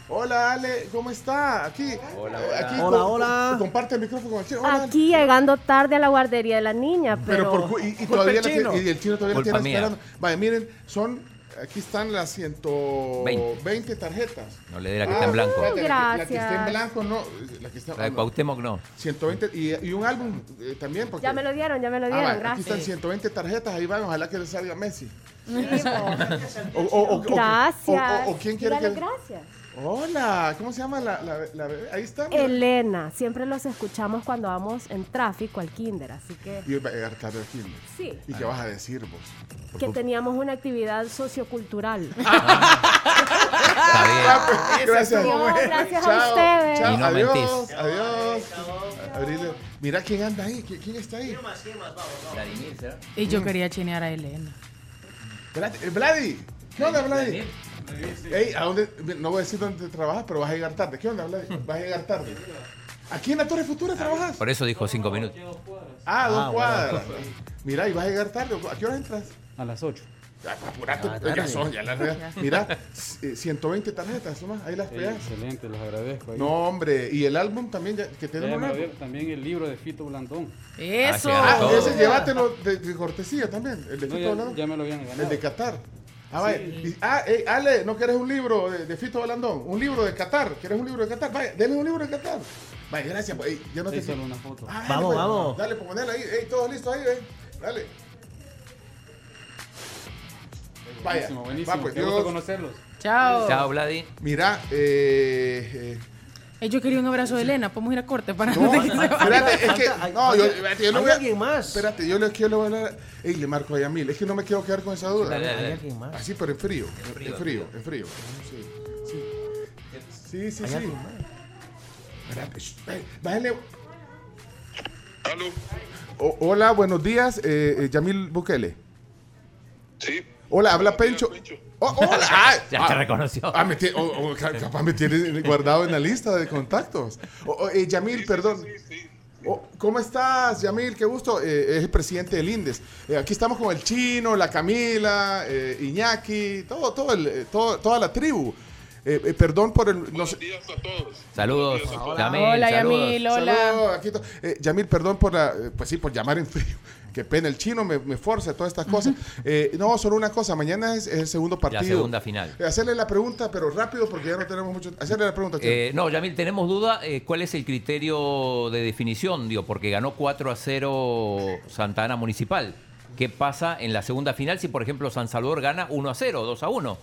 Hola, Ale, ¿cómo está? Aquí. Hola, hola. Aquí Hola, hola. comparte el micrófono con el chino. Hola. Aquí llegando tarde a la guardería de la niña, pero. Pero, por cu- y, y todavía la tiene- y el chino todavía la Culpa tiene mía. esperando. Vaya, miren, son. Aquí están las 120 tarjetas. Ah, No le dé la que está en blanco. espérate, la que- La que, Gracias. está en blanco, no. La que está, ah, La de no. Cuauhtémoc no. 120 y, y un álbum eh, también. Porque, Ya me lo dieron, ya me lo Ah, dieron, vaya, aquí están gracias. pues. 120 tarjetas, ahí van, ojalá que le salga Messi. O- o- o- o- Gracias. o- o- o quién quiere Dígale que- gracias. Hola, ¿cómo se llama la, la- la bebé? Ahí está. mira. Elena, siempre los escuchamos cuando vamos en tráfico al kinder, así que Y hoy va a llegar tarde aquí. Sí. ¿Y qué vas a decir vos? que teníamos una actividad sociocultural. Ah, Ese gracias. estuvo bueno. Gracias a Chao, ustedes. chao, Y no adiós, mentís. adiós. Abrile. Mira quién anda ahí, ¿qui- quién está ahí. Y Mm. yo quería chinear a Elena. Vlad- eh, Vladi, ¿qué onda, Vladi? Ey, ¿a dónde? No voy a decir dónde trabajas, pero vas a llegar tarde. ¿Qué onda, Vladi? Vas a llegar tarde. ¿Aquí en la Torre Futura trabajas? Por eso dijo cinco minutos. Ah, Ah, dos bueno. cuadras. Mira, y vas a llegar tarde. ¿A qué hora entras? A las 8. Apurate, pues, Ah, ya tarde. son, ya las regas. Mira, eh, 120 tarjetas nomás, ahí las Ey, pegas. excelente, los agradezco. ahí. No, hombre, y el álbum también, ya, que tenemos Déjame un ver álbum. también el libro de Fito Blandón. Eso. Ah, y ese llévatelo de, de cortesía también. El de No, Fito ya- Balandón. ya me lo habían ganado. El de Qatar. Ah, vaya. Sí. Y- ah, ey, Ale, ¿no querés un libro de, de Fito Balandón? Un libro de Qatar. ¿Querés un libro de Qatar? Vaya, denle un libro de Qatar. Vaya, gracias. pues, ey, ya no te Ahí solo una foto. Ah, Vamos, pues, vamos. Dale, pues ponela ahí. Ey, todos listos ahí, ey. Dale. Vaya. Buenísimo, buenísimo. Va, pues, Qué gusto Dios. conocerlos. Chao. Vladi. Mira, eh, eh, Eh, Yo quería un abrazo de Elena. Podemos ir a corte para No, antes de que se vaya. espérate, es que. No, yo, hay- espérate, yo le hay voy a. alguien más. Espérate, yo le quiero hablar. Ey, le marco ahí a mil. Es que no me quiero quedar con esa duda. Dale, dale. Hay alguien más. Así, pero en frío. En frío, En frío, en en frío. Sí, sí, sí. sí, Hay sí. alguien más. Espérate, shh, ey, bájale. O- hola, buenos días, eh, eh, Yamil Bukele. Sí. Hola, habla Pencho. Oh, hola. Ah, Ya te ah, reconoció. Ah, me tie- o- o ca- capaz me tiene guardado en la lista de contactos. O- o, eh, Yamil, perdón. O- ¿Cómo estás, Yamil? Qué gusto. Eh, es el presidente del INDES. Eh, aquí estamos con el chino, la Camila, eh, Iñaki, todo, todo el, eh, todo- toda la tribu. Eh, eh, perdón por el... no sé- Saludos. Yamil, Hola, saludos. Yamil, hola. Saludos, aquí to- eh, Yamil, perdón por la, eh, pues sí, por llamar en frío. Qué pena, el chino me, me forza todas estas cosas. Eh, no, solo una cosa, mañana es, es el segundo partido. La segunda final. Eh, Hacerle la pregunta, pero rápido porque ya no tenemos mucho. Hacerle la pregunta. chino. Eh, no, Yamil, tenemos duda. eh, ¿Cuál es el criterio de definición? Digo, porque ganó 4 a 0 Santa Ana Municipal. ¿Qué pasa en la segunda final si, por ejemplo, San Salvador gana 1 a 0, 2 a 1?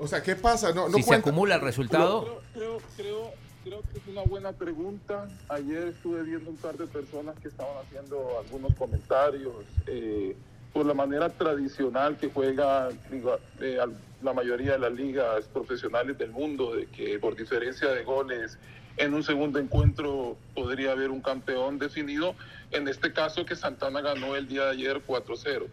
o sea, ¿qué pasa? No, no si se cuenta. acumula el resultado. Creo, creo, creo que es una buena pregunta. Ayer estuve viendo un par de personas que estaban haciendo algunos comentarios eh, por la manera tradicional que juega digo, eh, al- la mayoría de las ligas profesionales del mundo, de que por diferencia de goles en un segundo encuentro podría haber un campeón definido. En este caso que Santana ganó el día de ayer 4-0.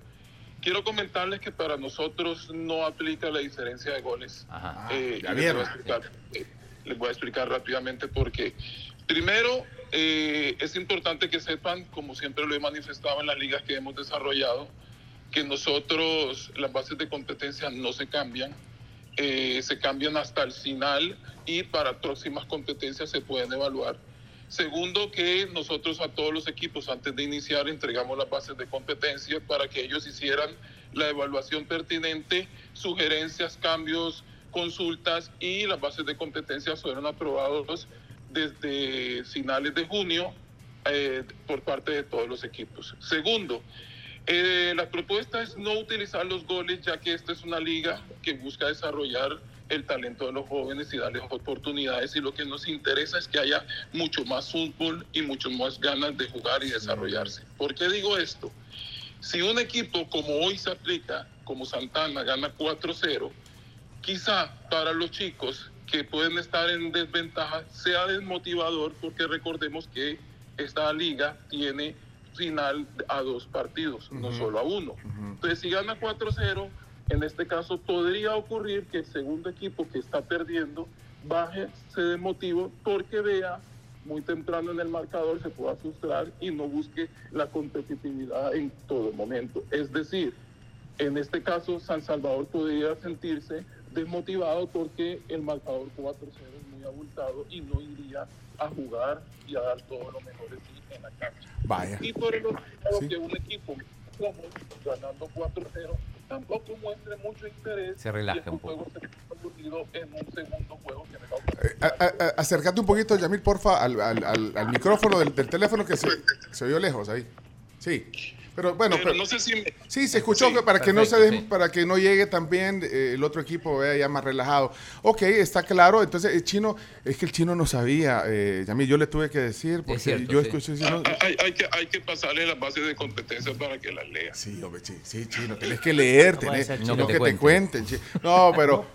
Quiero comentarles que para nosotros no aplica la diferencia de goles. Eh, Ah, ya y les voy a vieron. explicar, eh, les voy a explicar rápidamente por qué. Primero, eh, es importante que sepan, como siempre lo he manifestado en las ligas que hemos desarrollado, que nosotros las bases de competencia no se cambian, eh, se cambian hasta el final y para próximas competencias se pueden evaluar. Segundo, que nosotros a todos los equipos antes de iniciar entregamos las bases de competencia para que ellos hicieran la evaluación pertinente, sugerencias, cambios, consultas y las bases de competencia fueron aprobados desde finales de junio eh, por parte de todos los equipos. Segundo, eh, la propuesta es no utilizar los goles, ya que esta es una liga que busca desarrollar el talento de los jóvenes y darles oportunidades. Y lo que nos interesa es que haya mucho más fútbol y mucho más ganas de jugar y desarrollarse. ¿Por qué digo esto? Si un equipo como hoy se aplica, como Santana, gana 4-0, quizá para los chicos que pueden estar en desventaja sea desmotivador porque recordemos que esta liga tiene final a dos partidos, no solo a uno. Entonces, si gana 4-0, En este caso podría ocurrir que el segundo equipo que está perdiendo baje, se desmotive porque vea muy temprano en el marcador se pueda frustrar y no busque la competitividad en todo momento. Es decir, en este caso San Salvador podría sentirse desmotivado porque el marcador 4-0 es muy abultado y no iría a jugar y a dar todo lo mejor de sí en la cancha. Vaya. Y por el otro lado, que un equipo como ganando 4-0 tampoco muestre mucho interés. Se relaja un poco. Eh, A- a- a- acércate un poquito, Yamil, porfa, al, al- al- al micrófono del, del teléfono que se, se oyó lejos ahí. Sí. Pero bueno, Pero eh, pero- no sé si me- sí, se escuchó Sí, que para que no se perfecto, dejen- para que no llegue también eh, el otro equipo vea ya más relajado. Ok, está claro. Entonces el chino, es que el chino no sabía, eh, Yamil, yo le tuve que decir porque cierto, yo sí. escuché. sí, no- Hay, hay que, hay que pasarle las bases de competencia para que las lea. Sí, hombre, sí, sí, chino, tenés que leer, tenés, ser no chino. que te, cuenten. chi- No, pero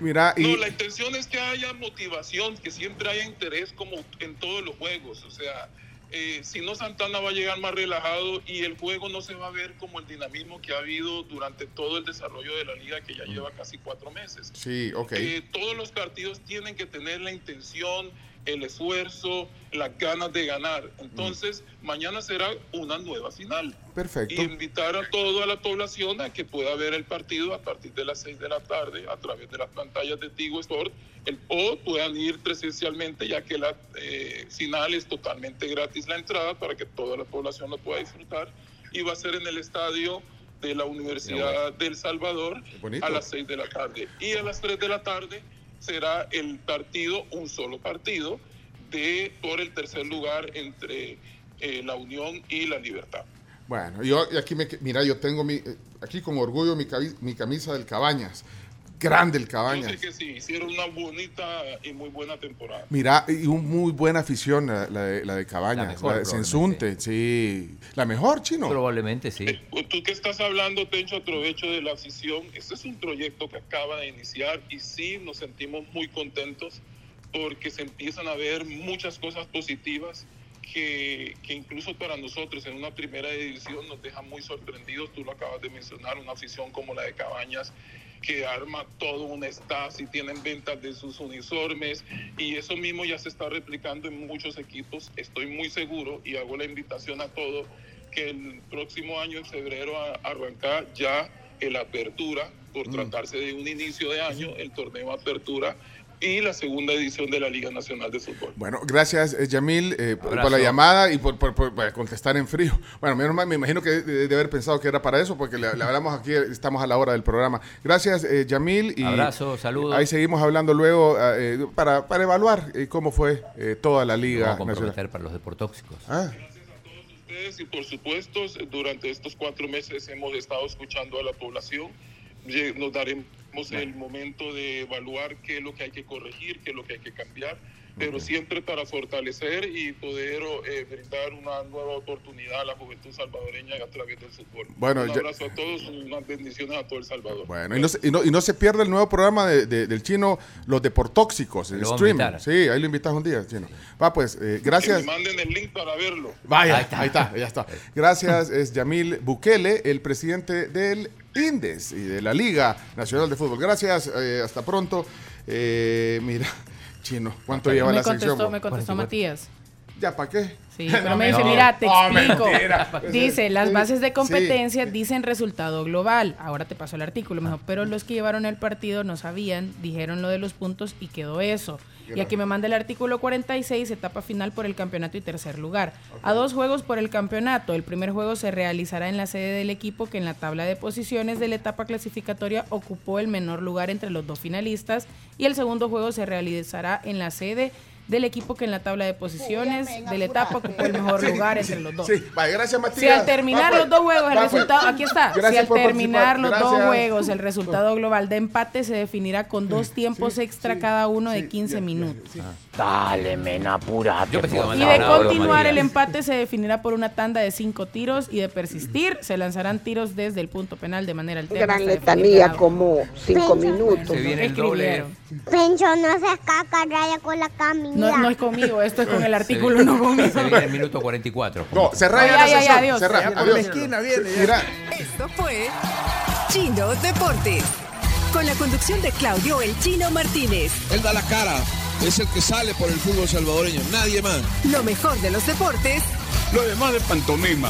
mira y No, la intención es que haya motivación, que siempre haya interés como en todos los juegos. O sea, eh, si no, Santana va a llegar más relajado y el juego no se va a ver como el dinamismo que ha habido durante todo el desarrollo de la liga que ya lleva casi cuatro meses. sí, ok. Eh, todos los partidos tienen que tener la intención, el esfuerzo, las ganas de ganar. Entonces, mañana será una nueva final. Perfecto. Y invitar a toda la población a que pueda ver el partido a partir de las 6 de la tarde a través de las pantallas de Tigo Sport el- o puedan ir presencialmente ya que la eh, final es totalmente gratis la entrada para que toda la población lo pueda disfrutar y va a ser en el estadio de la Universidad del Salvador bonito. a las 6 de la tarde y a las 3 de la tarde será el partido, un solo partido de por el tercer lugar entre eh, la Unión y la Libertad. Bueno, yo y aquí me, mira, yo tengo mi, eh, aquí con orgullo mi, cabi- mi camisa del Cabañas. Grande el Cabañas. Yo sé que sí, hicieron una bonita y muy buena temporada. Mira, y un muy buena afición la, la de, la de Cabañas, la, La mejor, de Sensunte, sí. La mejor, chino. Probablemente sí. Pues, Tú que estás hablando, Tencho, aprovecho de la afición. Este es un proyecto que acaba de iniciar y sí nos sentimos muy contentos porque se empiezan a ver muchas cosas positivas que, que incluso para nosotros en una primera edición nos dejan muy sorprendidos. Tú lo acabas de mencionar, una afición como la de Cabañas que arma todo un staff y tienen ventas de sus uniformes y eso mismo ya se está replicando en muchos equipos. Estoy muy seguro y hago la invitación a todos que el próximo año, en febrero, a- arranca ya el Apertura, por tratarse de un inicio de año, el torneo Apertura y la segunda edición de la Liga Nacional de Fútbol. Bueno, gracias, eh, Yamil, eh, por, Abrazo. por la llamada y por, por- por- por contestar en frío. Bueno, menos mal, me imagino que de, de haber pensado que era para eso, porque le, le hablamos aquí, eh, estamos a la hora del programa. Gracias, eh, Yamil. Y Abrazo, saludos. Ahí seguimos hablando luego eh, para, para evaluar eh, cómo fue eh, toda la Liga Vamos a comprometer Nacional. para los deportóxicos. Ah, ustedes y por supuesto durante estos cuatro meses hemos estado escuchando a la población. Lle- Nos daremos el momento de evaluar qué es lo que hay que corregir, qué es lo que hay que cambiar, pero siempre para fortalecer y poder eh, brindar una nueva oportunidad a la juventud salvadoreña a través del fútbol. Bueno, un ya- abrazo a todos, unas bendiciones a todo El Salvador. bueno, y no, se, y no- y no se pierde el nuevo programa de- de- del chino, los deportóxicos, el Lo vamos a streaming. invitar. Sí, ahí lo invitas un día, chino. Va, pues, eh, gracias. Que me manden el link para verlo. Vaya, ahí está. ya está. Gracias, es Yamil Bukele, el presidente del INDES y de la Liga Nacional de Fútbol. Gracias, eh, hasta pronto. Eh, mira, chino, ¿cuánto lleva me la contestó, sección? vos? me contestó Matías. ¿Ya para qué? Sí, No, pero me dice, no. mira, te No, explico. mentira. Dice, las bases de Sí. Ah. competencia dicen resultado global. Ahora te paso el artículo. Me dijo, pero los que llevaron el partido no sabían, dijeron lo de los puntos y quedó eso. Y aquí me manda el artículo 46, etapa final por el campeonato y tercer lugar. A dos juegos por el campeonato. El primer juego se realizará en la sede del equipo que en la tabla de posiciones de la etapa clasificatoria ocupó el menor lugar entre los dos finalistas. Y el segundo juego se realizará en la sede del equipo que en la tabla de posiciones de la etapa ocupó el mejor Sí, lugar sí, entre los dos. Sí, vaya, gracias, Matías. Si al terminar Va, los dos juegos el va, pues. resultado, aquí está, si Gracias al por terminar los participar. dos Gracias. juegos el resultado global de empate se definirá con dos tiempos extra cada uno de 15 minutos. Dale, men, apúrate. Yo pensé que por Y de favor, continuar el Matías. empate se definirá por una tanda de cinco tiros y de persistir se lanzarán tiros desde el punto penal de manera alterna. Gran hasta definir letanía, ganador. como cinco minutos. Se viene el doble. Pencho, no se caca, raya con la camilla. No, no es conmigo, esto es con el Se artículo, viene- no conmigo. Se viene el minuto 44. No, se No, raya ya, la ya, pues, ya, sección. adiós. se raya. Ya por Adiós. la esquina Mira, Esto fue Chino Deportes. Con la conducción de Claudio El Chino Martínez. Él da la cara, es el que sale por el fútbol salvadoreño, nadie más. Lo mejor de los deportes. Lo demás de pantomima.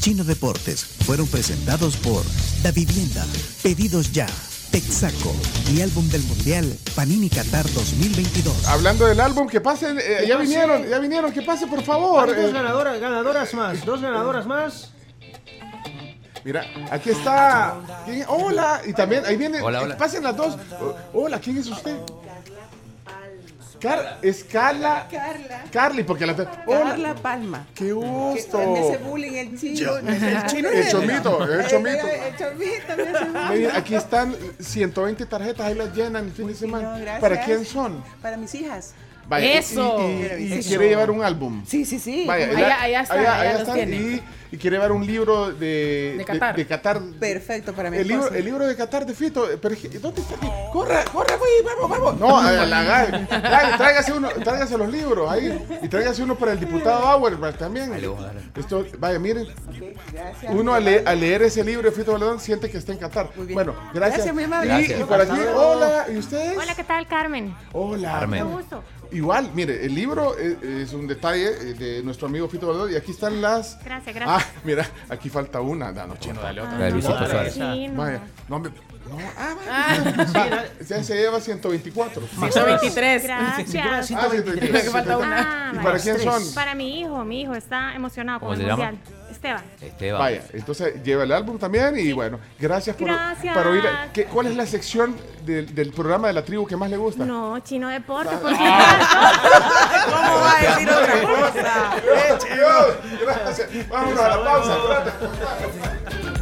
Chino Deportes fueron presentados por La Vivienda, Pedidos Ya, Texaco y Álbum del Mundial Panini Qatar 2022. Hablando del álbum, que pasen, eh, Que ya pasen. vinieron, ya vinieron, que pase por favor. Hay Eh, dos ganadoras, ganadoras más, dos ganadoras más. mira, aquí está. ¿Quién- Hola, y también ahí vienen. Hola, hola. Pasen las dos. Oh, Hola, ¿quién es usted? Car es Carla. Carla. Carly, porque la. Hola. Carla Palma. Qué gusto. Que me hace bullying el chino. Yo- el chino El es- chomito, el Eh, chomito. El chomito me hace bullying. Miren, aquí están 120 tarjetas, ahí las llenan el fin de semana. gracias. ¿Para quién son? Para mis hijas. Vaya, y- Y, y- y quiere llevar un álbum. Sí, sí, sí. Vaya, Allá- la- allá están, allá los tiene. Y, y quiere llevar un libro de, De Qatar. Perfecto para mi el libro, esposo. el libro de Qatar de Fito. eh, Pero, es que- ¿Dónde está? Corra, corra, güey, vamos, vamos. No, a la gana. Dale, tráigase, uno, tráigase los libros ahí. Y tráigase uno para el diputado Auerbach también. Esto, vaya, miren. Gracias. Uno al, le- al leer ese libro de Fito Baladón siente que está en Qatar. Bueno, gracias. Gracias, muy amable. Y- Gracias. Y, por aquí, Hasta luego. hola, ¿y ustedes? Hola, ¿qué tal, Carmen? Hola. Carmen. Carmen. Mucho gusto. Igual, mire, el libro eh, es, un detalle eh, de nuestro amigo Fito Baladón y aquí están las... Gracias, Ah, gracias. mira, aquí falta una. No, no, chino, dale Ah, otra. Dale, Luisito dale Suárez. esa. Chino. Vaya, no, hombre, no, ah, vaya, ya se lleva 124. 123. Gracias. Ah, 123. Creo que falta una. ¿Y para quién son? Para mi hijo, mi hijo está emocionado con ¿Cómo el se llama? mundial. Esteban. Esteban. Vaya, entonces lleva el álbum también y bueno, gracias por, Gracias. para oír. ¿Qué- ¿Cuál es la sección del, del programa de la tribu que más le gusta? No, chino deporte, por Ah. ¿Cómo va a decir otra cosa? Gracias. Vámonos a la pausa.